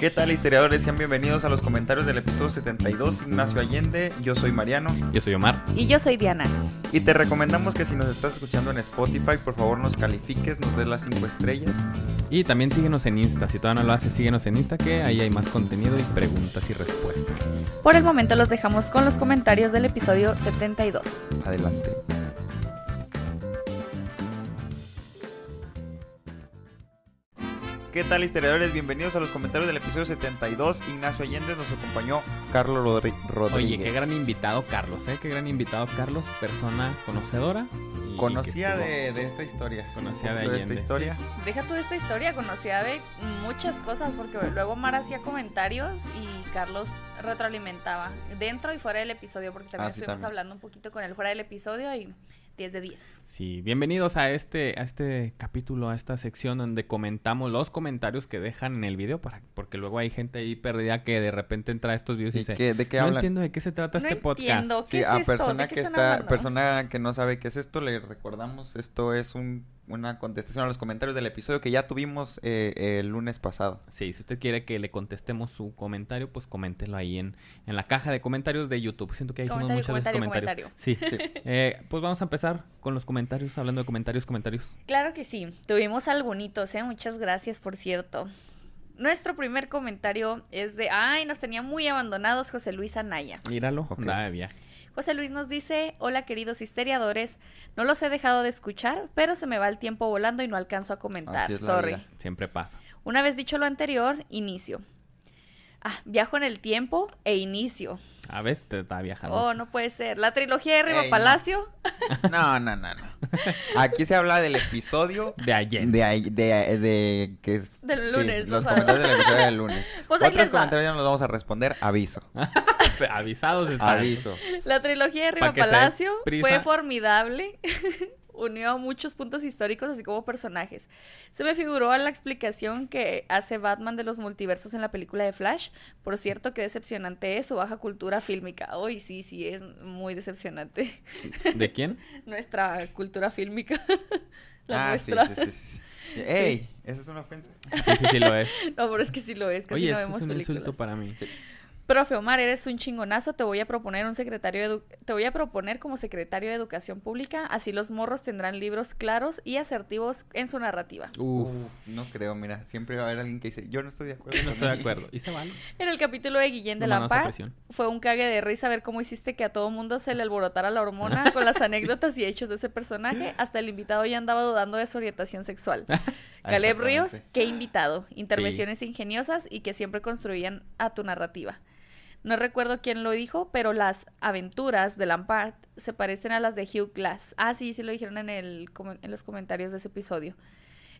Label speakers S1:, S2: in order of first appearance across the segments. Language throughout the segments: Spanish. S1: ¿Qué tal, historiadores? Sean bienvenidos a los comentarios del episodio 72. Ignacio Allende, yo soy Mariano.
S2: Yo soy Omar.
S3: Y yo soy Diana.
S1: Y te recomendamos que si nos estás escuchando en Spotify, por favor nos califiques, nos des las 5 estrellas.
S2: Y también síguenos en Insta. Si todavía no lo haces, síguenos en Insta, que ahí hay más contenido y preguntas y respuestas.
S3: Por el momento los dejamos con los comentarios del episodio 72.
S1: Adelante. ¿Qué tal, historiadores? Bienvenidos a los comentarios del episodio 72. Ignacio Allende nos acompañó Carlos Rodri- Rodríguez.
S2: Oye, qué gran invitado Carlos, ¿eh? Qué gran invitado Carlos, persona conocedora. y
S1: Conocía
S2: que
S1: de,
S2: estuvo-
S1: de esta historia.
S2: Conocía de
S1: Un poquito
S2: Allende,
S1: esta historia.
S3: Deja tú esta historia, conocía de muchas cosas, porque luego Mar hacía comentarios y Carlos retroalimentaba dentro y fuera del episodio, porque también
S1: Ah, sí,
S3: estuvimos
S1: también.
S3: hablando un poquito con él fuera del episodio y 10 de 10.
S2: Sí, bienvenidos a este, a este capítulo, a esta sección donde comentamos los comentarios que dejan en el video, para, porque luego hay gente ahí perdida que de repente entra a estos videos y
S1: ¿Y
S2: dice,
S1: qué- ¿De qué
S2: no
S1: hablan?
S2: entiendo de qué se trata este
S3: no
S2: podcast.
S3: entiendo, ¿qué
S1: Sí,
S3: es
S1: a
S3: esto?
S1: persona
S3: ¿De qué
S1: que
S3: están
S1: está,
S3: hablando?
S1: persona que no sabe qué es esto, le recordamos, esto es un- una contestación a los comentarios del episodio que ya tuvimos eh, el lunes pasado.
S2: Sí, si usted quiere que le contestemos su comentario, pues coméntelo ahí en, en la caja de comentarios de YouTube. Siento que ahí dijimos
S3: Comentario,
S2: muchas veces
S3: comentario,
S2: comentarios. Sí.
S1: Sí.
S2: Eh, pues vamos a empezar con los comentarios, hablando de comentarios, comentarios.
S3: Claro que sí, tuvimos algunitos, ¿eh? Muchas gracias, por cierto. Nuestro primer comentario es de, ay, nos tenía muy abandonados José Luis Anaya.
S2: Míralo,
S1: Ok.
S2: andaba de viaje.
S3: José Luis nos dice, hola queridos historiadores, no los he dejado de escuchar, pero se me va el tiempo volando y no alcanzo a comentar,
S1: Así es la
S3: sorry.
S1: vida.
S2: Siempre pasa.
S3: Una vez dicho lo anterior, inicio. Ah, viajo en el tiempo e inicio.
S2: A veces te está viajando.
S3: Oh, no puede ser. La trilogía de Riva
S1: Ey, no.
S3: Palacio.
S1: No, no, no, no. Aquí se habla del episodio
S2: De ayer.
S1: de, ahí- de, de que es-
S3: Del
S1: sí,
S3: lunes
S1: los
S3: pasado.
S1: comentarios del episodio del lunes.
S3: Pues ahí
S1: Otros
S3: les va.
S1: comentarios ya no los vamos a responder, aviso.
S2: Avisados están.
S1: Aviso.
S3: La trilogía de
S2: Pa'
S3: Riva
S2: que se dé
S3: Palacio
S2: prisa.
S3: fue formidable. Unió a muchos puntos históricos, así como personajes. Se me figuró a la explicación que hace Batman de los multiversos en la película de Flash. Por cierto, qué decepcionante es su baja cultura fílmica. Hoy sí, sí, es muy decepcionante
S2: ¿De quién?
S3: nuestra cultura fílmica. la
S1: Ah, sí,
S3: nuestra.
S1: sí, sí, sí, sí. Ey, esa es una ofensa.
S2: Sí, sí, sí lo es.
S3: No, pero es que sí lo es, casi
S2: Oye,
S3: no
S2: eso es un
S3: vemos
S2: insulto
S3: películas.
S2: para mí.
S3: Profe Omar, eres un chingonazo, te voy a proponer un secretario edu- te voy a proponer como secretario de Educación Pública, así los morros tendrán libros claros y asertivos en su narrativa.
S2: Uf,
S1: Uf, no creo, mira, siempre va a haber alguien que dice, yo no estoy de acuerdo.
S2: yo no
S1: con
S2: estoy de
S1: él".
S2: acuerdo. Y se vale.
S3: En el capítulo de Guillén de
S2: No
S3: la
S2: manos a
S3: Paz
S2: presión.
S3: fue un cague de risa ver cómo hiciste que a todo mundo se le alborotara la hormona con las anécdotas y hechos de ese personaje, hasta el invitado ya andaba dudando de su orientación sexual.
S1: Ah,
S3: Caleb Ríos,
S1: exactamente.
S3: qué invitado. Intervenciones ingeniosas y que siempre construían a tu narrativa. No recuerdo quién lo dijo, pero las aventuras de Lampard se parecen a las de Hugh Glass. Ah, sí, sí lo dijeron en, el, com- en los comentarios de ese episodio.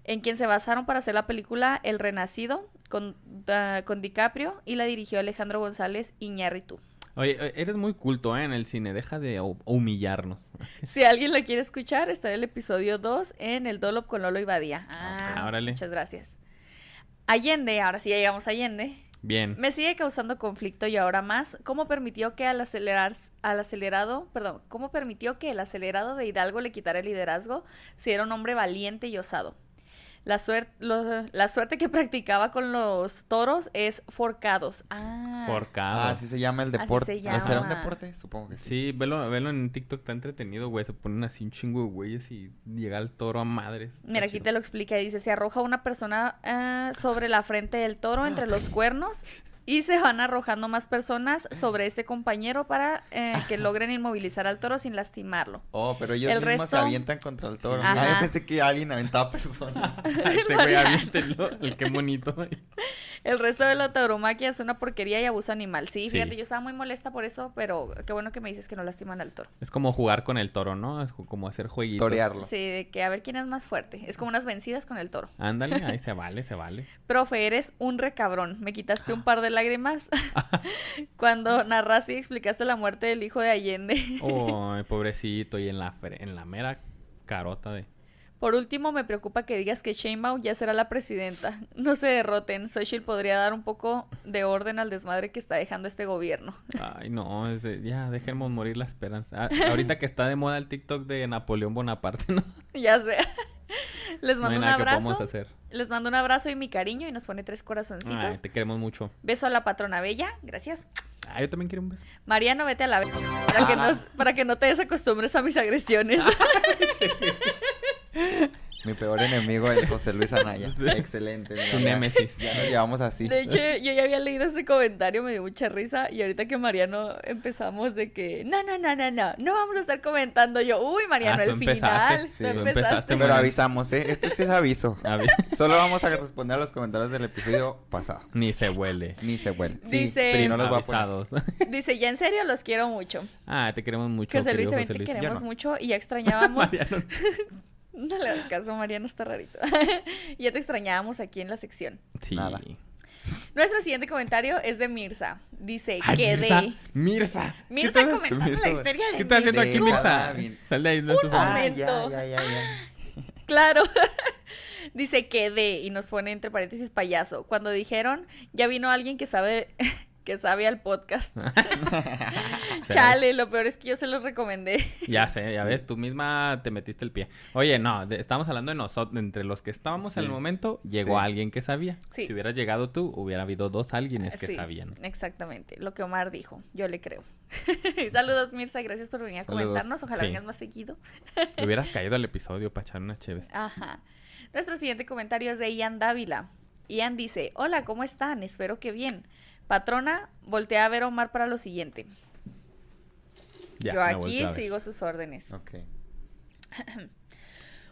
S3: En quien se basaron para hacer la película El Renacido con, ah, con DiCaprio y la dirigió Alejandro González Iñárritu.
S2: Oye, eres muy culto ¿eh? en el cine. Deja de hu- humillarnos.
S3: Si alguien la quiere escuchar, está en el episodio 2 en el Dolop con Lolo y Badía.
S2: Ah,
S3: Ah,
S2: órale.
S3: muchas gracias. Allende, ahora sí ya llegamos a Allende.
S2: Bien.
S3: Me sigue causando conflicto y ahora más, ¿cómo permitió que al acelerar, al acelerado, perdón, cómo permitió que el acelerado de Hidalgo le quitara el liderazgo si era un hombre valiente y osado? La, suer- lo- la suerte que practicaba con los toros es forcados. Ah,
S2: Forcado.
S1: Ah, así se llama el
S3: Así
S1: deporte.
S3: se
S1: Ah, ¿Será un
S3: llama.
S1: deporte? Supongo que sí.
S2: Sí, velo, velo en TikTok, está entretenido, güey. Se ponen así un chingo de güeyes y llega el toro a madres. Está
S3: Mira, aquí
S2: chido.
S3: te lo explica. Dice, se arroja una persona ah, sobre la frente del toro entre los cuernos y se van arrojando más personas sobre este compañero para eh, que logren inmovilizar al toro sin lastimarlo.
S1: Oh, pero ellos
S3: El
S1: mismos se
S3: resto-
S1: avientan contra el toro.
S2: Sí.
S1: Ah, yo
S3: Ajá.
S1: pensé que alguien aventaba personas.
S2: ah, Ese güey, aviéntenlo. El qué bonito.
S3: El resto de la tauromaquia es una porquería y abuso animal. Sí,
S2: Sí.
S3: fíjate, yo estaba muy molesta por eso, pero qué bueno que me dices que no lastiman al toro.
S2: Es como jugar con el toro, ¿no? Es como hacer jueguitos.
S1: Torearlo.
S3: Sí, de que a ver quién es más fuerte. Es como unas vencidas con el toro.
S2: Ándale, ahí se vale, se vale.
S3: Profe, eres un recabrón. Me quitaste un par de lágrimas cuando narraste y explicaste la muerte del hijo de Allende.
S2: Ay, pobrecito, y en la, fre- en la mera carota de...
S3: Por último, me preocupa que digas que Sheinbaum ya será la presidenta. No se derroten. Xochitl podría dar un poco de orden al desmadre que está dejando este gobierno.
S2: Ay, no, es de- ya, dejemos morir la esperanza. Ah, ahorita que está de moda el TikTok de Napoleón Bonaparte, ¿no?
S3: ya sé. Les
S2: No hay
S3: mando un
S2: nada que podamos
S3: abrazo.
S2: hacer.
S3: Les mando un abrazo y mi cariño y nos pone tres corazoncitos.
S2: Ay, te queremos mucho.
S3: Beso a la patrona bella. Gracias.
S2: Ah, yo también quiero un beso.
S3: Mariano, vete a la verga para que nos- para que no te desacostumbres a mis agresiones.
S2: Ah,
S1: Mi peor enemigo es José Luis Anaya.
S2: Sí.
S1: Excelente. mira,
S2: Tu
S1: ya-
S2: némesis.
S1: Ya nos llevamos así.
S3: De hecho, yo ya había leído este comentario, me dio mucha risa. Y ahorita que Mariano empezamos de que, no, no, no, no, no, no vamos a estar comentando yo. Uy, Mariano,
S2: Ah, tú
S3: el
S2: empezaste.
S3: final.
S1: Sí,
S3: tú
S1: tú
S3: empezaste.
S2: empezaste,
S1: Pero avisamos, ¿eh? Esto sí es aviso.
S2: A ver,
S1: Solo vamos a responder a los comentarios del episodio pasado.
S2: Ni se huele.
S1: Ni se vuelve. Sí,
S3: Dice-
S1: pero no los voy a poner.
S2: Avisados.
S3: Dice, ya en serio, los quiero mucho.
S2: Ah, te queremos mucho.
S3: José Luis,
S2: querido
S3: también
S2: José
S3: te
S2: Luis.
S3: queremos
S1: no.
S3: mucho y ya extrañábamos.
S2: Mariano.
S3: no le das caso, Mariano está rarito. ya te extrañábamos aquí en la sección.
S2: Sí.
S1: Nada.
S3: Nuestro siguiente comentario es de Mirza. Dice,
S2: Ay,
S3: quedé.
S2: Mirza. Mirza. ¿Qué
S3: Mirza
S2: estás-
S3: comentando
S1: Mirza,
S3: la historia de
S2: ¿Qué estás haciendo
S1: De
S2: aquí,
S1: nada,
S2: Mirza?
S1: bien.
S2: Sal de ahí. no estás-
S3: momento.
S1: Ah, ya, ya, ya, ya.
S3: Claro. Dice que de y nos pone entre paréntesis payaso. Cuando dijeron, ya vino alguien que sabe que sabe al podcast. Chale, lo peor es que yo se los recomendé.
S2: Ya sé, ya
S1: Sí.
S2: ves, tú misma te metiste el pie. Oye, no, de- estamos hablando de nosotros, entre los que estábamos en el
S1: Sí.
S2: momento, llegó
S1: Sí.
S2: alguien que sabía.
S3: Sí.
S2: Si hubieras llegado tú, hubiera habido dos alguienes que
S3: Sí,
S2: sabían.
S3: Exactamente, lo que Omar dijo, yo le creo. Saludos Mirza, gracias por venir a
S1: Saludos.
S3: comentarnos, ojalá
S2: Sí.
S3: vengas más seguido.
S2: Te hubieras caído al episodio para echar unas chéves.
S3: Ajá. Nuestro siguiente comentario es de Ian Dávila. Ian dice, hola, ¿cómo están? Espero que bien. Patrona, voltea a ver a Omar para lo siguiente.
S2: Ya,
S3: yo
S2: me
S3: aquí
S2: volteo a ver.
S3: sigo sus órdenes.
S1: Ok.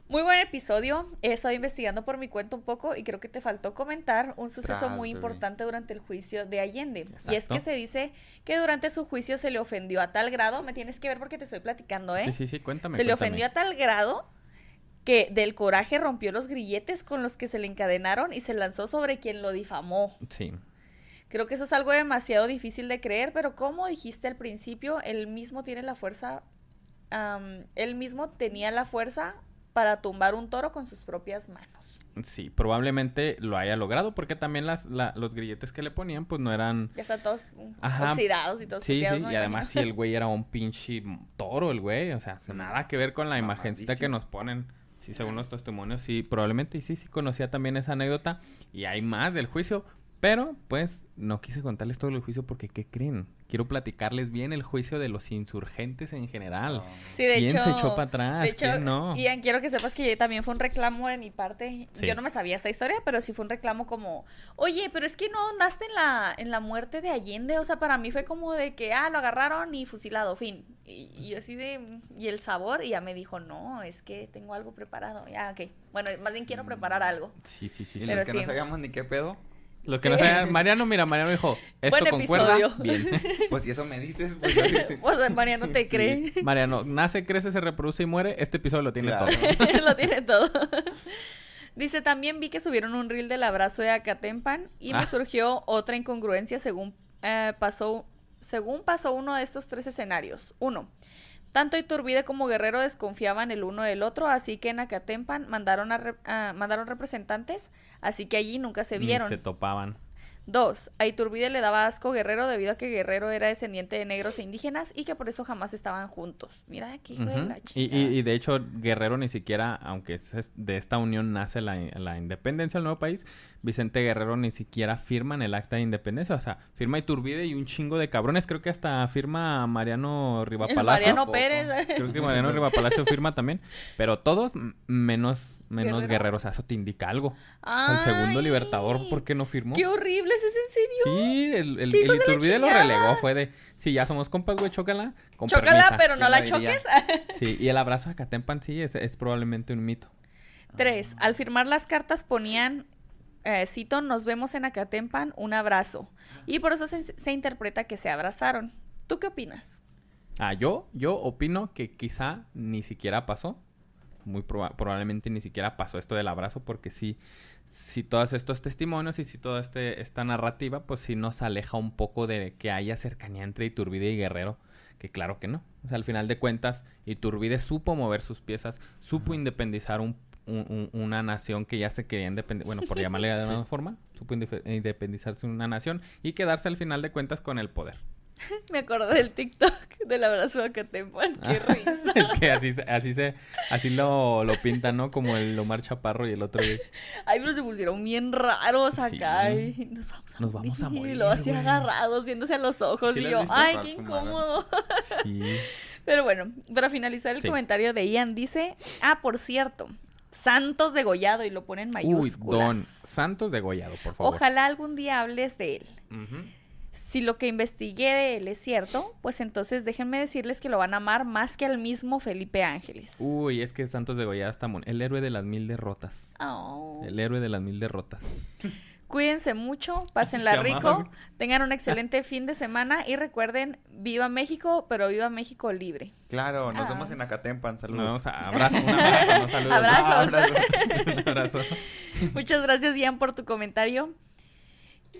S3: Muy buen episodio. He estado investigando por mi cuenta un poco y creo que te faltó comentar un suceso
S1: Tras,
S3: muy
S1: bebé.
S3: importante durante el juicio de Allende. Y es que
S2: Exacto.
S3: se dice que durante su juicio se le ofendió a tal grado, me tienes que ver porque te estoy platicando, ¿eh?
S2: Sí, sí, sí, cuéntame.
S3: se le
S2: cuéntame.
S3: ofendió a tal grado que del coraje rompió los grilletes con los que se le encadenaron y se lanzó sobre quien lo difamó.
S2: Sí.
S3: Creo que eso es algo demasiado difícil de creer, pero como dijiste al principio, él mismo tiene la fuerza, am, él mismo tenía la fuerza para tumbar un toro con sus propias manos.
S2: Sí, probablemente lo haya logrado porque también las, la- los grilletes que le ponían pues no eran...
S3: Ya están todos mm,
S2: Ajá.
S3: oxidados y todos
S2: Sí, sí,
S3: puteados, ¿no?
S2: y
S3: Me
S2: además si
S3: imagino.
S2: el güey era un pinche toro el güey, o sea,
S1: Sí.
S2: nada que ver con la imagencita que
S1: Mamadísimo.
S2: nos ponen. Sí, según los testimonios, sí, probablemente, y sí, sí conocía también esa anécdota y hay más del juicio, pero pues no quise contarles todo el juicio porque, ¿qué creen? Quiero platicarles bien el juicio de los insurgentes en general.
S1: Ah.
S3: Sí, de
S2: ¿Quién
S3: hecho,
S2: se echó para atrás?
S3: De hecho,
S2: ¿Quién Ah, no?
S3: Ian, quiero que sepas que también fue un reclamo de mi parte.
S2: Sí.
S3: Yo no me sabía esta historia, pero sí fue un reclamo como, oye, pero es que no andaste en la, en la muerte de Allende. O sea, para mí fue como de que, ah, lo agarraron y fusilado, fin. Y, y yo así de, "Mm, y el sabor, y ya me dijo, no, es que tengo algo preparado. Ya, ok. Bueno, más bien quiero preparar algo.
S2: Sí, sí, sí.
S1: Y
S2: sí.
S3: Pero
S1: los que
S3: sí.
S1: no sabíamos ni qué pedo,
S2: Lo que no sabía, Mariano, mira, Mariano dijo, esto
S3: Buen
S2: concuerda.
S3: episodio.
S2: Bien.
S1: pues si eso me dices, pues yo dije,
S3: O sea, María no te
S1: Sí.
S3: cree.
S2: Mariano, nace, crece, se reproduce y muere. Este episodio lo tiene
S1: claro.
S2: todo.
S3: lo tiene todo. Dice, también vi que subieron un reel del abrazo de Acatempan y me
S2: Ah.
S3: surgió otra incongruencia según, eh, pasó, según pasó uno de estos tres escenarios. Uno, tanto Iturbide como Guerrero desconfiaban el uno del otro, así que en Acatempan mandaron, a re- ah, mandaron representantes, así que allí nunca se
S2: Ni
S3: vieron.
S2: Se topaban.
S3: Dos, a Iturbide le daba asco Guerrero debido a que Guerrero era descendiente de negros e indígenas y que por eso jamás estaban juntos. Mira, aquí hijo de
S2: Ujú.
S3: la
S2: y,
S3: chingada.
S2: y- y de hecho, Guerrero ni siquiera, aunque es- es- de esta unión nace la, la independencia del nuevo país, Vicente Guerrero ni siquiera firma en el acta de independencia. O sea, firma Iturbide y un chingo de cabrones. Creo que hasta firma Mariano
S3: El
S2: Rivapalacio.
S3: Mariano Pérez.
S2: Creo que Mariano Rivapalacio firma también. Pero todos m- menos, menos
S3: ¿Guerrero?
S2: Guerrero. O sea, eso te indica algo. El segundo
S3: Ay,
S2: libertador, ¿por qué no firmó?
S3: Qué horrible, ¿es en serio?
S2: Sí, el, el,
S3: ¡Qué
S2: el
S3: hijos de la
S2: Iturbide lo
S3: chingada!
S2: relegó, fue de, sí, ya somos compas, güey, chócala. Con
S3: Chócala,
S2: permisa".
S3: pero no
S1: ¿quién
S3: la
S1: lo diría?
S3: choques.
S2: Sí, y el abrazo de Catempan sí es, es probablemente un mito.
S3: Tres, al firmar las cartas ponían, eh, cito, nos vemos en Acatempan, un abrazo. Y por eso se, se interpreta que se abrazaron. ¿Tú qué opinas?
S2: Ah, yo, yo opino que quizá ni siquiera pasó. Muy proba- probablemente ni siquiera pasó esto del abrazo, porque sí, si todos estos testimonios y si toda este, esta narrativa, pues sí nos aleja un poco de que haya cercanía entre Iturbide y Guerrero, que claro que no. O sea, al final de cuentas, Iturbide supo mover sus piezas, supo independizar un- un- un- una nación que ya se quería independizar, bueno, por llamarle de alguna forma, supo indefe- independizarse una nación y quedarse al final de cuentas con el poder.
S3: Me acordé del TikTok del abrazo a Catempan. Qué risa.
S2: Ah, es que así, se- así se, así lo, lo pintan, ¿no? Como el Omar Chaparro y el otro güey.
S3: Ay, pero se pusieron bien raros acá.
S2: Sí.
S3: y nos vamos a
S2: Nos
S3: morir.
S2: vamos a
S3: Y
S2: morir,
S3: lo así
S2: güey.
S3: agarrados, viéndose a los ojos.
S1: Sí
S3: y
S1: lo
S3: yo,
S1: has visto
S3: ay,
S1: para
S3: qué
S1: fumar, ¿no?
S3: incómodo.
S2: Sí.
S3: Pero bueno, para finalizar el
S2: Sí.
S3: comentario de Ian, dice: Ah, por cierto, Santos degollado y lo ponen
S2: Uy,
S3: mayúsculas.
S2: Don Santos degollado, por favor.
S3: Ojalá algún día hables de él.
S2: Ujú.
S3: Si lo que investigué de él es cierto, pues entonces déjenme decirles que lo van a amar más que al mismo Felipe Ángeles.
S2: Uy, es que Santos degollado está mon... El héroe de las mil derrotas.
S3: Oh.
S2: El héroe de las mil derrotas.
S3: Cuídense mucho, pásenla
S2: se llamaba,
S3: rico,
S2: güey.
S3: tengan un excelente fin de semana y recuerden, viva México, pero viva México libre.
S1: Claro, nos
S3: Ah.
S1: vemos en Acatempan. Saludos.
S2: Nos vemos a abrazo, un abrazo, no saludos.
S3: Abrazos.
S1: Ah, abrazos.
S2: Un abrazo.
S3: Muchas gracias, Ian, por tu comentario.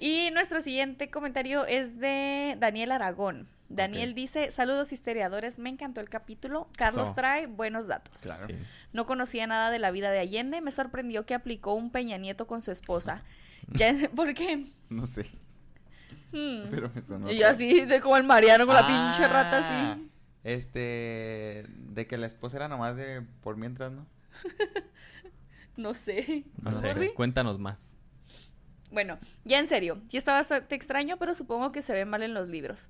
S3: Y nuestro siguiente comentario es de Daniel Aragón. Daniel
S2: Ok.
S3: dice, saludos historiadores, me encantó el capítulo. Carlos
S2: Eso.
S3: trae buenos datos.
S1: Claro.
S2: Sí.
S3: No conocía nada de la vida de Allende, me sorprendió que aplicó un Peña Nieto con su esposa. Ya, ¿Por qué?
S1: No sé,
S3: Hmm.
S1: pero me sonó.
S3: y yo así, de como el Mariano con la pinche rata
S1: Ah,
S3: así.
S1: Este. De que la esposa era nomás de por mientras, ¿no? Ah.
S3: No sé.
S2: No
S1: No
S2: sé,
S1: sé.
S2: Cuéntanos más.
S3: Bueno, ya en serio, sí está bastante extraño, pero supongo que se ve mal en los libros.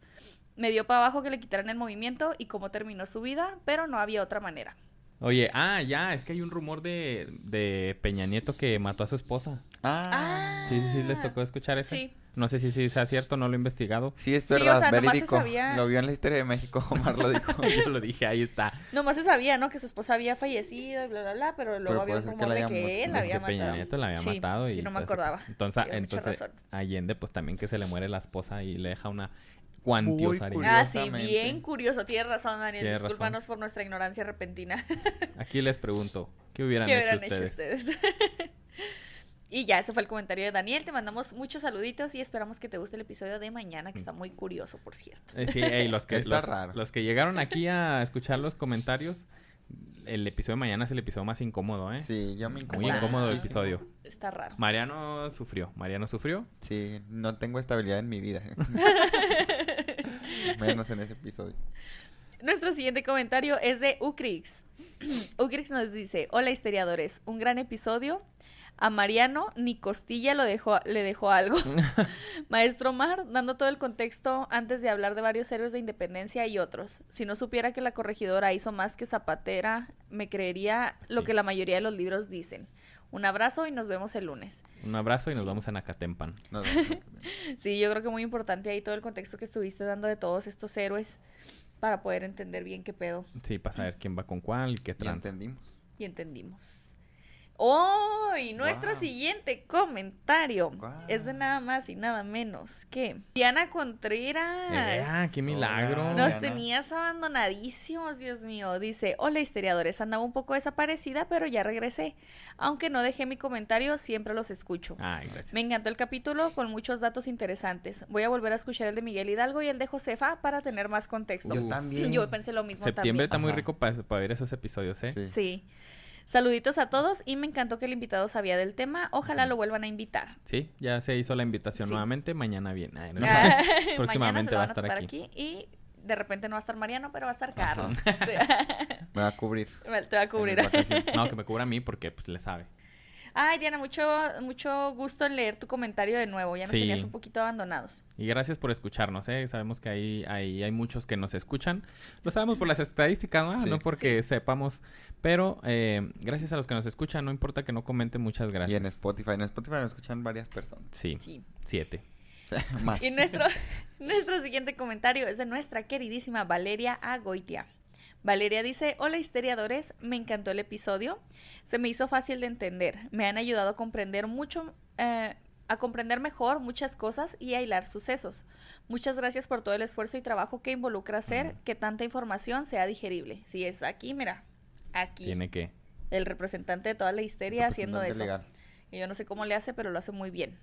S3: Me dio para abajo que le quitaran el movimiento y cómo terminó su vida, pero no había otra manera.
S2: Oye, ah, ya, es que hay un rumor de, de Peña Nieto que mató a su esposa.
S1: Ah.
S2: Sí, sí, sí, les tocó escuchar eso.
S3: Sí.
S2: No sé si, si sea cierto, no lo he investigado.
S1: Sí, es
S3: Sí, o
S1: verdad,
S3: sea, nomás se
S1: verídico.
S3: sabía-
S1: Lo vio en la historia de México, Omar lo dijo.
S2: Yo lo dije, ahí está.
S3: Nomás se sabía, ¿no? Que su esposa había fallecido y bla, bla, bla, pero luego
S1: Pero
S3: había
S1: puede
S3: un
S1: ser que
S3: rumor
S1: la
S3: de
S1: hayan
S3: que
S1: mu-
S3: él
S1: de
S2: La
S3: había matado.
S2: Peña Nieto la había
S3: Sí,
S2: matado. Y
S3: sí, no me
S2: todo ese-
S3: acordaba.
S2: Entonces,
S3: Tienes mucha
S2: entonces
S3: razón.
S2: Allende, pues también que se le muere la esposa y le deja una cuantiosa
S1: Muy
S2: herencia.
S3: Ah, sí,
S1: Curiosamente.
S3: bien curioso. Tienes razón, Daniel.
S2: Tienes razón.
S3: Discúlpanos por nuestra ignorancia repentina.
S2: Aquí les pregunto, ¿qué hubieran,
S3: ¿Qué
S2: hecho,
S3: hubieran
S2: ustedes?
S3: hecho ustedes? y ya, ese fue el comentario de Daniel. Te mandamos muchos saluditos y esperamos que te guste el episodio de mañana,
S2: Mm.
S3: que está muy curioso, por cierto.
S2: Eh, sí, ey, los, que,
S1: Está
S2: los,
S1: raro.
S2: los que llegaron aquí a escuchar los comentarios, el episodio de mañana es el episodio más incómodo, ¿eh?
S1: Sí, yo me
S2: Muy
S1: incomodé.
S2: incómodo el
S3: sí.
S2: episodio.
S3: Está raro.
S2: Mariano sufrió, Mariano sufrió.
S1: Sí, no tengo estabilidad en mi vida. Menos en ese episodio.
S3: Nuestro siguiente comentario es de Ucrix. Ucrix nos dice, hola historiadores, un gran episodio. A Mariano ni costilla lo dejó, le dejó algo. Maestro Mar, dando todo el contexto antes de hablar de varios héroes de independencia y otros. Si no supiera que la corregidora hizo más que Zapatera, me creería lo
S2: Sí.
S3: que la mayoría de los libros dicen. Un abrazo y nos vemos el lunes.
S2: Un abrazo y nos vamos a Nacatempan.
S1: No, no, no,
S3: Sí, yo creo que muy importante ahí todo el contexto que estuviste dando de todos estos héroes para poder entender bien qué pedo.
S2: Sí, para saber quién va con cuál y qué
S1: Ya
S2: trans.
S1: entendimos.
S3: Y entendimos. ¡Oh! Y nuestro
S1: Guau.
S3: siguiente comentario
S1: Guau.
S3: es de nada más y nada menos que Diana Contreras.
S2: Eh, ah, qué milagro.
S1: Hola,
S3: Nos
S1: Diana.
S3: tenías abandonadísimos, Dios mío. Dice, hola historiadores, andaba un poco desaparecida, pero ya regresé. Aunque no dejé mi comentario, siempre los escucho.
S1: Ah,
S2: Ay, gracias.
S3: Me encantó el capítulo con muchos datos interesantes. Voy a volver a escuchar el de Miguel Hidalgo y el de Josefa para tener más contexto.
S1: Yo
S2: Uh.
S1: también.
S3: Yo pensé lo mismo
S2: Septiembre
S3: también.
S2: está muy
S1: Ajá.
S2: rico para ver esos episodios, ¿eh?
S1: Sí.
S3: Sí. Saluditos a todos y me encantó que el invitado sabía del tema. Ojalá
S2: Ujú.
S3: lo vuelvan a invitar.
S2: Sí, ya se hizo la invitación
S3: Sí.
S2: nuevamente. Mañana viene. Ay, no,
S3: Ah, mañana se
S2: Próximamente
S3: lo
S2: va a
S3: van a
S2: estar
S3: topar
S2: aquí.
S3: aquí. y de repente no va a estar Mariano, pero va a estar Carlos.
S1: Me va a cubrir.
S3: Sí. Vale, Te va a cubrir.
S1: en mis vacaciones.
S2: No, que me cubra a mí porque pues le sabe.
S3: Ay, Diana, mucho, mucho gusto en leer tu comentario de nuevo. Ya nos
S2: Sí.
S3: tenías un poquito abandonados.
S2: Y gracias por escucharnos, ¿eh? Sabemos que ahí, ahí hay muchos que nos escuchan. Lo sabemos por las estadísticas, ¿no?
S1: Sí.
S2: No porque sepamos. Pero eh, gracias a los que nos escuchan. No importa que no comenten, muchas gracias.
S1: Y en Spotify. En Spotify me escuchan varias personas.
S2: Sí,
S3: Sí.
S2: siete.
S1: Más.
S3: Y nuestro, nuestro siguiente comentario es de nuestra queridísima Valeria Agoitia. Valeria dice, hola historiadores, me encantó el episodio, se me hizo fácil de entender, me han ayudado a comprender mucho, eh, a comprender mejor muchas cosas y a hilar sucesos. Muchas gracias por todo el esfuerzo y trabajo que involucra hacer que tanta información sea digerible. Si es aquí, mira, aquí,
S2: Tiene que.
S3: el representante de toda la histeria haciendo
S1: Representante
S3: eso.
S1: legal.
S3: Y yo no sé cómo le hace, pero lo hace muy bien.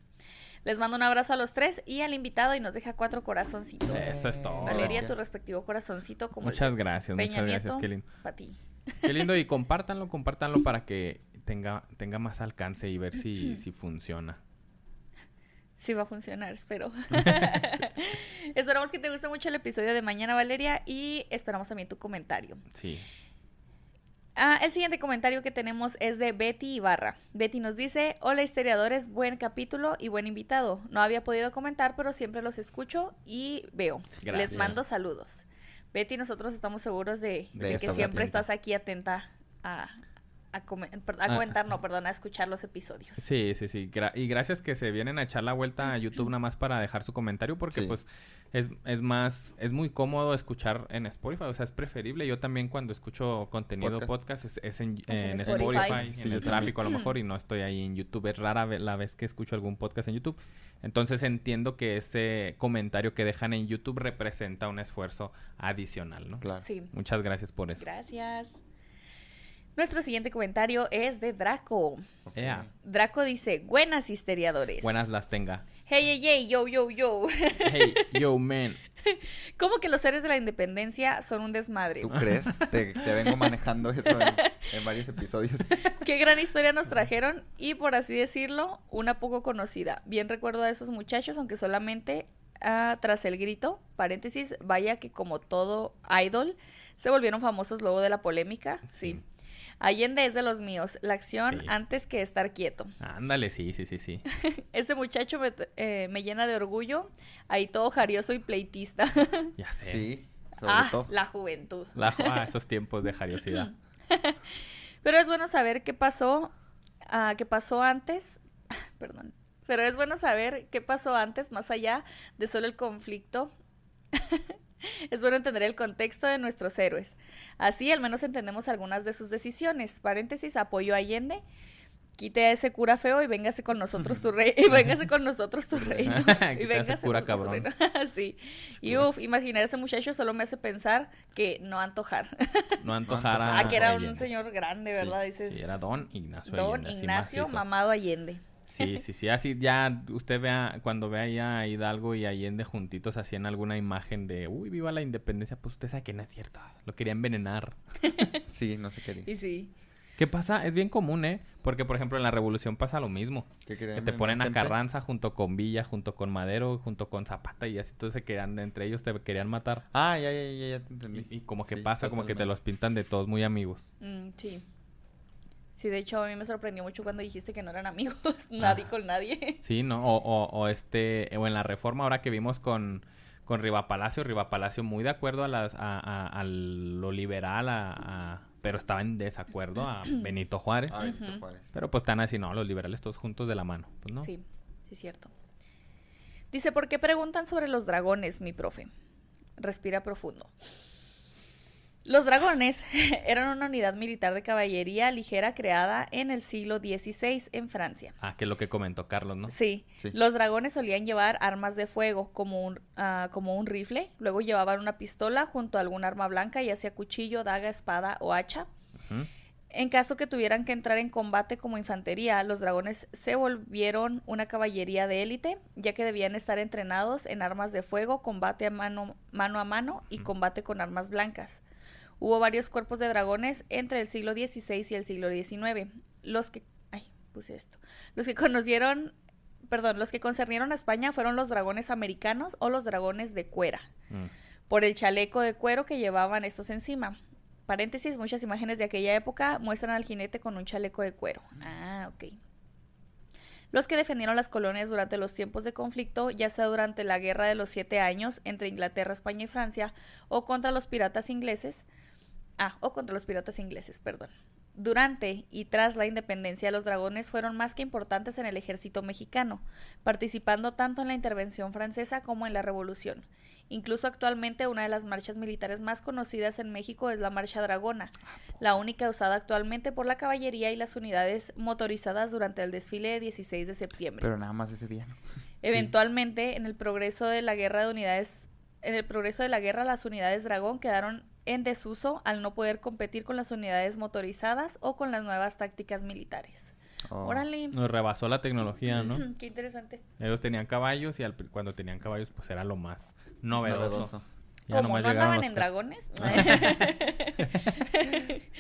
S3: Les mando un abrazo a los tres y al invitado y nos deja cuatro corazoncitos.
S2: Eso es todo.
S3: Valeria, tu respectivo corazoncito como el
S2: Muchas gracias,
S3: Peña
S2: muchas gracias.
S3: Nieto.
S2: Qué lindo.
S3: para ti.
S2: Qué lindo. Y compártanlo, compártanlo para que tenga, tenga más alcance y ver si, si funciona.
S3: Sí va a funcionar, espero. esperamos que te guste mucho el episodio de mañana, Valeria, y esperamos también tu comentario.
S2: Sí.
S3: Ah, el siguiente comentario que tenemos es de Betty Ibarra. Betty nos dice, hola historiadores, buen capítulo y buen invitado. No había podido comentar, pero siempre los escucho y veo.
S2: Gracias.
S3: Les mando saludos. Betty, nosotros estamos seguros de,
S1: De
S3: de
S1: que
S3: que
S1: estás
S3: siempre
S1: atenta.
S3: estás aquí atenta a, a, comen- per- a
S2: Ah.
S3: comentar, no, perdón, a escuchar los episodios.
S2: Sí, sí, sí. Gra- y gracias que se vienen a echar la vuelta a YouTube nada más para dejar su comentario porque
S1: Sí.
S2: pues es, es más, es muy cómodo escuchar en Spotify, o sea, es preferible. Yo también cuando escucho contenido
S1: Podcast.
S2: podcast, es, es en,
S3: en
S2: en
S3: Spotify.
S1: Sí,
S2: Spotify, en
S1: yo
S2: el
S1: también.
S2: tráfico a lo mejor y no estoy ahí en YouTube. Es rara ve- la vez que escucho algún podcast en YouTube. Entonces entiendo que ese comentario que dejan en YouTube representa un esfuerzo adicional, ¿no?
S1: Claro.
S3: Sí.
S2: Muchas gracias por Ah, eso.
S3: Gracias. Nuestro siguiente comentario es de Draco.
S1: Ok.
S2: Ea.
S3: Draco dice, buenas historiadores.
S2: Buenas las tenga.
S3: Hey, hey, hey, yo, yo, yo.
S2: Hey, yo, man.
S3: ¿Cómo que los seres de la independencia son un desmadre?
S1: ¿Tú crees? Te, te vengo manejando eso en, en varios episodios.
S3: Qué gran historia nos trajeron y por así decirlo, una poco conocida. Bien recuerdo a esos muchachos, aunque solamente ah, tras el grito, paréntesis, vaya que como todo idol, se volvieron famosos luego de la polémica. Sí.
S2: Sí.
S3: Allende es de los míos, la acción
S2: Sí.
S3: antes que estar quieto.
S2: Ándale, sí, sí, sí, sí.
S3: Este muchacho me, eh, me llena de orgullo, ahí todo jarioso y pleitista.
S2: Ya sé.
S1: Sí, sobre
S3: ah,
S1: todo.
S3: la juventud.
S2: La, ah, esos tiempos de jariosidad.
S3: Pero es bueno saber qué pasó, ah, qué pasó antes, perdón. Pero es bueno saber qué pasó antes, más allá de solo el conflicto. es bueno entender el contexto de nuestros héroes. Así al menos entendemos algunas de sus decisiones. Paréntesis, apoyo a Allende. Quite a ese cura feo y véngase con nosotros tu rey. Y véngase con nosotros tu reino.
S2: Quita a
S3: Y
S2: ese
S3: véngase con
S2: cura
S3: nosotros tu
S2: cabrón.
S3: reino. sí. Y
S2: Cura.
S3: uff, imaginar a ese muchacho solo me hace pensar que no antojar.
S2: No antojara.
S3: ah, que era un
S2: Allende.
S3: señor grande, ¿verdad? Dices.
S2: Sí, era Don Ignacio
S3: Don
S2: Allende, así
S3: Ignacio
S2: macizo.
S3: Mamado Allende.
S2: Sí, sí, sí. Así ya usted vea, cuando vea ahí a Hidalgo y Allende juntitos, hacían alguna imagen de, uy, viva la independencia, pues usted sabe que no es cierto. Lo quería envenenar.
S1: Sí, no sé qué.
S3: Y sí.
S2: ¿Qué pasa? Es bien común, ¿eh? Porque, por ejemplo, en la revolución pasa lo mismo.
S1: ¿Qué
S2: Que
S1: querían
S2: te ponen a
S1: gente?
S2: Carranza junto con Villa, junto con Madero, junto con Zapata y así. Entonces se querían, entre ellos te querían matar.
S1: Ah, ya, ya, ya, ya te entendí.
S2: Y, y como que
S1: Sí,
S2: pasa, como que te los
S1: totalmente.
S2: pintan de todos muy amigos.
S3: Mm, sí. Sí, de hecho, a mí me sorprendió mucho cuando dijiste que no eran amigos, nadie
S2: Ah.
S3: con nadie.
S2: Sí, ¿no? O, o- o este, o en la reforma ahora que vimos con, con Riva Palacio, Riva Palacio muy de acuerdo a las, a, a- a lo liberal, a, a- pero estaba en desacuerdo a Benito Juárez.
S1: Ay, Benito
S3: Ujú.
S1: Juárez.
S2: Pero pues están así, no, los liberales todos juntos de la mano, pues no.
S3: Sí, sí, cierto. Dice, ¿por qué preguntan sobre los dragones, mi profe? Respira profundo. Los dragones eran una unidad militar de caballería ligera creada en el siglo XVI en Francia.
S2: Ah, que es lo que comentó Carlos, ¿no?
S3: Sí.
S1: Sí.
S3: Los dragones solían llevar armas de fuego, como un, ah, como un rifle. Luego llevaban una pistola junto a algún arma blanca, ya sea cuchillo, daga, espada o hacha.
S2: Ujú.
S3: En caso que tuvieran que entrar en combate como infantería, los dragones se volvieron una caballería de élite, ya que debían estar entrenados en armas de fuego, combate a mano, mano a mano y combate con armas blancas. Hubo varios cuerpos de dragones entre el siglo XVI y el siglo XIX. Los que... Ay, puse esto. Los que conocieron... Perdón, los que concernieron a España fueron los dragones americanos o los dragones de cuera
S2: Mm.
S3: por el chaleco de cuero que llevaban estos encima. Paréntesis, muchas imágenes de aquella época muestran al jinete con un chaleco de cuero. Ah, ok. Los que defendieron las colonias durante los tiempos de conflicto, ya sea durante la Guerra de los Siete Años entre Inglaterra, España y Francia, o contra los piratas ingleses, ah, o contra los piratas ingleses, perdón. Durante y tras la independencia, los dragones fueron más que importantes en el ejército mexicano, participando tanto en la intervención francesa como en la revolución. Incluso actualmente una de las marchas militares más conocidas en México es la Marcha Dragona, la única usada actualmente por la caballería y las unidades motorizadas durante el desfile de 16 de septiembre.
S1: Pero nada más ese día, ¿no?
S3: Eventualmente, en el progreso de la guerra de unidades, en el progreso de la guerra, las unidades dragón quedaron en desuso al no poder competir con las unidades motorizadas o con las nuevas tácticas militares.
S1: Oh.
S3: Órale,
S2: Nos rebasó la tecnología, ¿no?
S3: qué interesante.
S2: Ellos tenían caballos y al pri- cuando tenían caballos, pues era lo más novedoso.
S1: Novedoso.
S2: Ya
S3: Como
S2: nomás
S3: no
S2: llegaron
S3: andaban
S2: los
S3: en
S2: ca-
S3: dragones.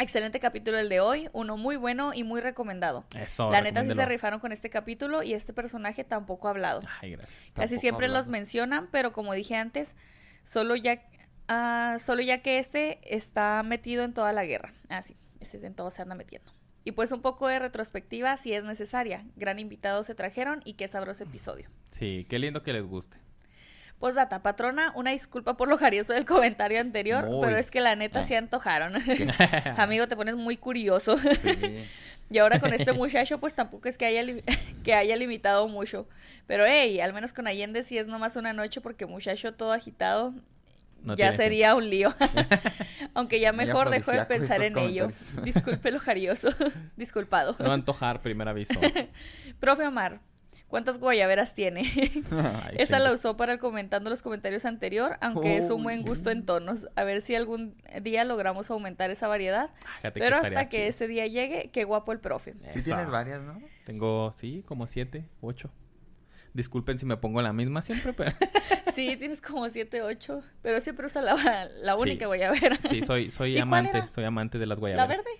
S3: Excelente capítulo el de hoy, uno muy bueno y muy recomendado.
S2: Eso.
S3: La neta sí se
S2: recomiéndelo.
S3: rifaron con este capítulo y este personaje tampoco ha hablado.
S2: Ay, gracias.
S3: Casi
S1: Tampoco
S3: siempre los
S1: hablando.
S3: mencionan, pero como dije antes, solo ya, ah, solo ya que este está metido en toda la guerra. Ah, sí, este en todo se anda metiendo. Y pues un poco de retrospectiva si es necesaria. Gran invitado se trajeron y qué sabroso episodio.
S2: Sí, qué lindo que les guste.
S3: Postdata, patrona, una disculpa por lo jarioso del comentario anterior,
S1: Muy. Ah.
S3: pero es que la neta se antojaron. Amigo, te pones muy curioso.
S1: Sí.
S3: Y ahora con este muchacho, pues tampoco es que haya, li- que haya limitado mucho. Pero hey, al menos con Allende sí es nomás una noche porque muchacho todo agitado
S2: No
S3: ya
S2: tiene
S3: sería un lío. Aunque ya
S1: Muy
S3: mejor dejó de
S1: afrodisíaco
S3: pensar en
S1: estos
S3: ello.
S1: comentarios.
S3: Disculpe lo jarioso. Disculpado.
S2: No antojar, primer aviso.
S3: Profe Omar, ¿cuántas guayaberas tiene?
S2: Ay,
S3: Esa
S2: tengo-
S3: la usó para el comentando los comentarios anterior, aunque es un buen
S1: Uy.
S3: gusto en tonos. A ver si algún día logramos aumentar esa variedad.
S2: Ah, Fíjate que
S3: Pero
S2: estaría
S3: hasta que
S2: chido.
S3: ese día llegue, qué guapo el profe.
S1: Sí
S2: Esa.
S1: tienes varias, ¿no?
S2: Tengo, sí, como siete, ocho. Disculpen si me pongo la misma siempre, pero
S3: Sí, tienes como siete, ocho, pero siempre usa la, la
S2: Sí.
S3: única guayabera.
S2: sí, soy, soy
S3: ¿Y cuál
S2: amante,
S3: era?
S2: soy amante de las
S3: ¿La
S2: guayaberas.
S3: verde?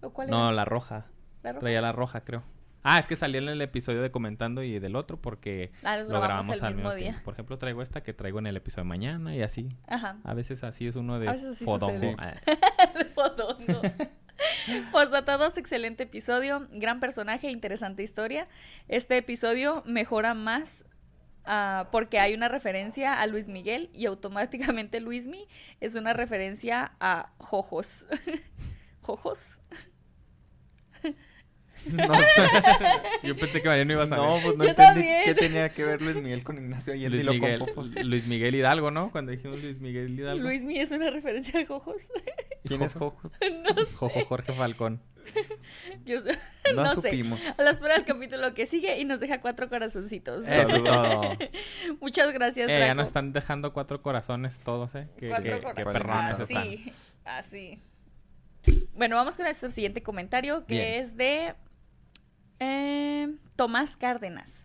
S3: ¿O cuál
S2: No,
S3: era?
S2: la roja.
S3: ¿La roja?
S2: Traía la roja, creo. Ah, es que salió en el episodio de comentando y del otro porque
S3: Ah, los
S2: lo
S3: grabamos
S2: grabamos
S3: el
S2: al
S3: mismo
S2: mismo
S3: día.
S2: tiempo. Por ejemplo, traigo esta que traigo en el episodio de mañana y así.
S3: Ajá.
S2: A veces así es uno de
S3: A veces así
S2: fodongo.
S1: sucede.
S2: Ah,
S3: Fodondo. Postdata 2, Pues, excelente episodio, gran personaje, interesante historia. Este episodio mejora más ah, porque hay una referencia a Luis Miguel y automáticamente Luismi es una referencia a Jojos. ¿Jojos?
S1: No sé.
S2: Yo pensé que Mariano iba a
S1: No,
S2: saber.
S1: pues no
S3: Yo
S1: entendí
S3: también.
S1: qué tenía que ver Luis Miguel con Ignacio Allende
S2: Luis,
S1: y lo
S2: Miguel,
S1: con Popos.
S2: Luis Miguel Hidalgo, ¿no? Cuando dijimos Luis Miguel Hidalgo.
S3: ¿Luismi es una referencia a Jojos?
S1: ¿Quién es Jojos?
S2: pues, Jojo Jorge Falcón.
S3: Yo-
S1: No,
S3: no sé.
S1: supimos.
S3: A la espera del capítulo que sigue y nos deja cuatro corazoncitos.
S1: Eh,
S2: Eso es todo.
S3: Muchas gracias,
S2: Eh, ya
S3: Draco.
S2: nos están dejando cuatro corazones todos, ¿eh? Qué,
S3: Cuatro
S2: qué- qué
S3: corazones.
S2: perrones
S1: Ah,
S2: están.
S3: Así, así. Bueno, vamos con nuestro siguiente comentario, que
S2: Bien.
S3: es de eh, Tomás Cárdenas.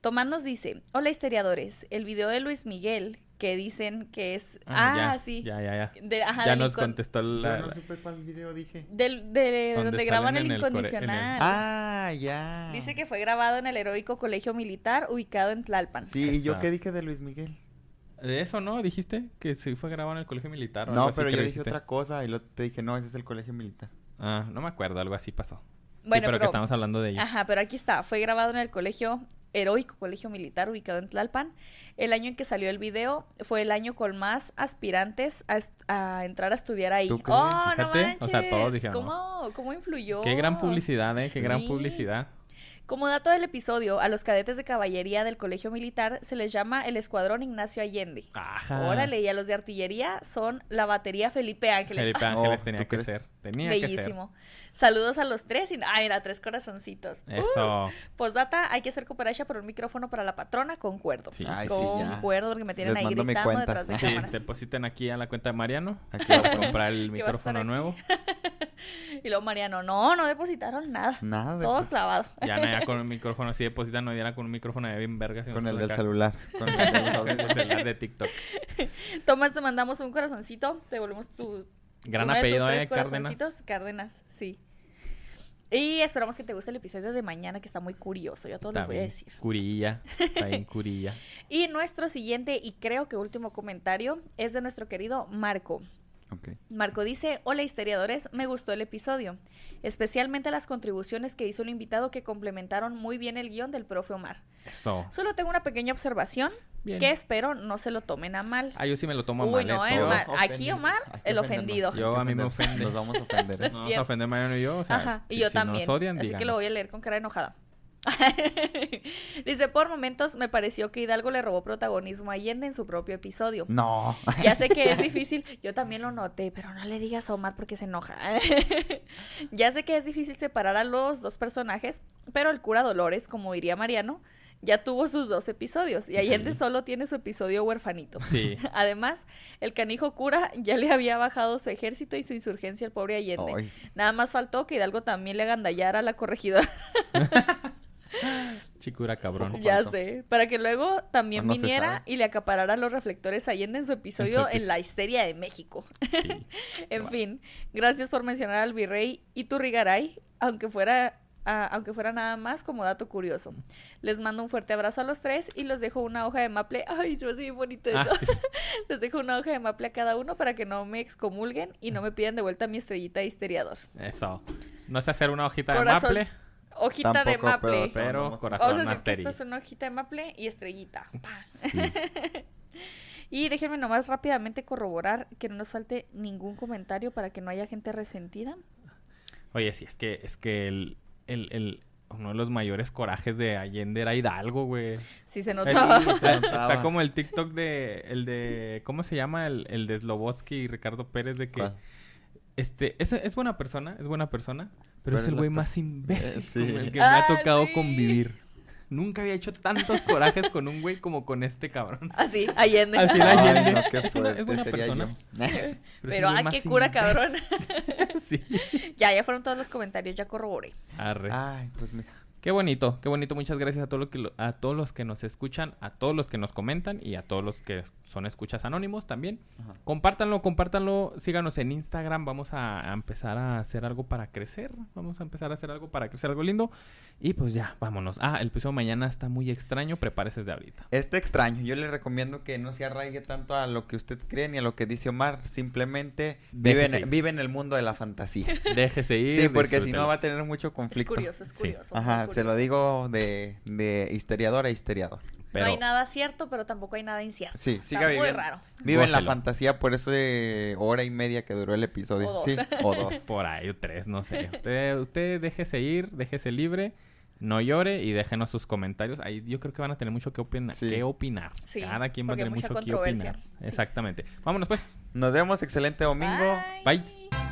S3: Tomás nos dice, hola historiadores, el video de Luis Miguel, que dicen que es... Ah,
S2: ya,
S3: sí.
S2: Ya, ya, ya.
S3: De, ajá,
S2: ya
S3: del
S2: nos
S3: incon-
S2: contestó
S1: Yo
S2: la...
S1: no supe cuál video dije.
S3: del- de
S2: Donde
S3: donde graban el
S2: salen en el core- en el-
S3: incondicional.
S1: Ah, ya.
S3: Dice que fue grabado en el heroico colegio militar ubicado en Tlalpan.
S1: Sí, ¿y yo
S2: Esa.
S1: qué dije de Luis Miguel?
S2: ¿De eso no? ¿Dijiste? Que sí fue grabado en el colegio militar. o algo
S1: No,
S2: así,
S1: pero yo
S2: creo
S1: dije
S2: dijiste.
S1: otra cosa y luego te dije, no, ese es el colegio militar.
S2: Ah, no me acuerdo, algo así pasó.
S3: Bueno,
S2: sí, pero, que
S3: pero-
S2: estamos hablando de ella.
S3: Ajá, pero aquí está. Fue grabado en el colegio, heroico colegio militar ubicado en Tlalpan. El año en que salió el video fue el año con más aspirantes a, est- a entrar a estudiar ahí.
S1: ¿Tú
S3: ¡Oh,
S1: crees?
S3: no
S2: Fíjate,
S3: manches!
S2: o sea, todos dijeron,
S3: ¿Cómo, ¿Cómo influyó?
S2: Qué gran publicidad, ¿eh? Qué gran
S3: Sí.
S2: publicidad.
S3: Como dato del episodio, a los cadetes de caballería del colegio militar se les llama el Escuadrón Ignacio Allende.
S2: Ajá.
S3: Órale, y a los de artillería son la batería Felipe Ángeles.
S2: Felipe
S3: Ah,
S2: Ángeles
S1: Oh,
S2: tenía
S1: ¿tú
S2: que
S1: crees?
S2: ser. Tenía
S3: Bellísimo. Saludos a los tres y... Ah, mira, tres corazoncitos.
S2: que ser.
S3: Uh,
S2: Eso.
S3: Postdata, hay que hacer cooperacha por un micrófono para la patrona, concuerdo.
S2: Sí.
S1: Ay, sí, ya.
S3: concuerdo, porque me tienen
S1: Les
S3: ahí
S1: mando mi
S3: gritando
S1: cuenta.
S3: detrás de
S2: Sí,
S3: cámaras.
S2: depositen aquí a la cuenta de Mariano.
S1: Aquí
S2: Para comprar el
S3: Que va a estar
S2: micrófono
S3: aquí.
S2: nuevo.
S3: Y luego Mariano, no, no depositaron nada.
S1: Nada pues, de-
S3: Todo clavado.
S2: Ya no era con un micrófono. Si depositan, no diera con un micrófono de bien verga.
S1: con el del celular. Con el de los
S2: Con el
S1: audífonos.
S2: celular de TikTok.
S3: Tomás, te mandamos un corazoncito, te volvemos tu...
S2: Gran
S3: uno de tus
S2: apellido,
S3: tres
S2: ¿eh? Cárdenas.
S3: corazoncitos. Cárdenas, sí. Y esperamos que te guste el episodio de mañana, que está muy curioso, yo a todos
S2: Está
S3: les voy a
S2: bien
S3: decir.
S2: Curilla. Está bien curilla.
S3: Y nuestro siguiente y creo que último comentario es de nuestro querido Marco.
S1: Ok.
S3: Marco dice, hola historiadores, me gustó el episodio, especialmente las contribuciones que hizo el invitado que complementaron muy bien el guión del profe Omar.
S2: Eso.
S3: Solo tengo una pequeña observación
S2: Bien.
S3: que espero no se lo tomen a mal.
S2: Ah, yo sí me lo tomo a
S3: Uy,
S2: mal, ¿eh?
S3: no, eh,
S2: todo.
S3: Omar.
S1: Ofendido.
S3: Aquí Omar,
S1: Hay que
S3: el
S1: ofendernos,
S3: ofendido.
S1: hay que
S2: Yo a mí me
S1: ofendernos,
S2: ofende.
S1: Nos vamos a ofender. ¿eh?
S2: No
S3: No,
S2: vamos a
S3: cierto.
S2: ofender Mariano y yo. O sea,
S3: Ajá, y
S2: si-
S3: yo
S2: si
S3: también.
S2: Nos odian,
S3: así que lo
S2: díganos.
S3: voy a leer con cara enojada. dice, por momentos me pareció que Hidalgo le robó protagonismo a Allende en su propio episodio.
S1: No.
S3: Ya sé que es difícil, yo también lo noté, pero no le digas a Omar porque se enoja. ya sé que es difícil separar a los dos personajes, pero el cura Dolores, como diría Mariano, ya tuvo sus dos episodios y Allende
S2: Sí.
S3: solo tiene su episodio huerfanito.
S2: Sí.
S3: Además, el canijo cura ya le había bajado su ejército y su insurgencia al pobre Allende.
S1: Ay,
S3: Nada más faltó que Hidalgo también le agandallara a la corregidora.
S2: Chicura cabrón.
S1: Poco
S3: Ya
S1: faltó. Ah,
S3: sé, para que luego también
S1: No, no se
S3: viniera
S1: sabe.
S3: y le acaparara los reflectores a Allende en su episodio en
S2: episodio.
S3: la histeria de México.
S2: Sí.
S3: En
S1: Wow.
S3: fin, gracias por mencionar al virrey y Turrigaray, aunque fuera, ah, aunque fuera nada más como dato curioso. Les mando un fuerte abrazo a los tres y les dejo una hoja de maple. Ay, se me hace bien bonito
S2: Ah,
S3: eso.
S2: sí.
S3: Les dejo una hoja de maple a cada uno para que no me excomulguen y no me pidan de vuelta mi estrellita de historiador.
S2: Eso. No sé hacer una hojita
S3: Corazón-
S2: de maple,
S3: Hojita de
S1: Tampoco, pero-
S3: maple.
S1: No, no,
S2: pero
S1: no.
S2: corazón
S3: Vamos a decir que
S2: asteri.
S3: esta es una hojita de maple y estrellita. Pa.
S2: Sí.
S3: Y déjenme nomás rápidamente corroborar que no nos falte ningún comentario para que no haya gente resentida.
S2: Oye, sí, es que, es que el, el, el- uno de los mayores corajes de Allende era Hidalgo, güey.
S3: Si se
S2: El-
S3: notaba.
S1: notaba.
S2: está- Está como el TikTok de, el de, ¿cómo se llama? El, el de Slobotsky y Ricardo Pérez de que,
S1: ¿Cuál?
S2: este, es, es buena persona, es buena persona, pero,
S1: Pero
S2: es
S1: es
S2: el
S1: la
S2: güey
S1: per-
S2: más imbécil
S1: Eh,
S2: con
S1: sí.
S2: el que me ha
S3: Ah,
S2: tocado
S3: sí.
S2: convivir. Nunca había hecho tantos corajes con un güey como con este cabrón.
S3: Así, Allende.
S2: Así la
S1: Ay,
S2: Allende.
S1: no, qué
S2: Es una- es
S1: fuerte
S2: buena
S1: sería
S2: persona.
S1: yo.
S2: es el
S3: Pero,
S2: güey
S3: ah,
S2: más
S3: qué cura, cabrón.
S2: imbécil. sí.
S3: ya, ya fueron todos los comentarios, ya corroboré.
S2: Arre.
S1: Ay, pues mira.
S2: Qué bonito, qué bonito. Muchas gracias a, todo lo que lo- a todos los que nos escuchan, a todos los que nos comentan y a todos los que son escuchas anónimos también.
S1: Ajá.
S2: Compártanlo, compártanlo, síganos en Instagram. Vamos a, a empezar a hacer algo para crecer. Vamos a empezar a hacer algo para crecer, algo lindo. Y pues ya, vámonos. Ah, el episodio de mañana está muy extraño, prepárese desde ahorita.
S1: Este extraño, yo le recomiendo que no se arraigue tanto a lo que usted cree ni a lo que dice Omar. Simplemente vive
S2: Déjese ir.
S1: en, vive en el mundo de la fantasía.
S2: Déjese ir.
S1: Sí, porque si
S2: disfrútelo.
S1: no va a tener mucho
S3: Es
S1: conflicto.
S3: curioso, es
S2: Sí.
S3: curioso. muy
S1: Ajá, se lo
S3: curioso.
S1: digo de, de historiador a historiador.
S2: Pero
S3: No hay nada cierto, pero tampoco hay nada incierto.
S1: Sí, siga
S3: Está muy
S1: viviendo.
S3: raro.
S1: Vive en la
S2: Gócelo.
S1: fantasía por esa hora y media que duró el episodio.
S3: O dos.
S1: Sí, o dos.
S2: Por ahí, o tres, no sé. Usted, usted déjese ir, déjese libre, no llore y déjenos sus comentarios. Ahí yo creo que van a tener mucho que, opina-
S1: Sí.
S2: que opinar.
S3: Sí,
S2: Cada quien va a
S3: porque
S2: tener
S3: mucha
S2: mucho que
S3: controversia.
S2: opinar.
S3: Sí.
S2: Exactamente. Vámonos pues.
S1: Nos vemos, excelente domingo.
S2: Bye.
S3: Bye.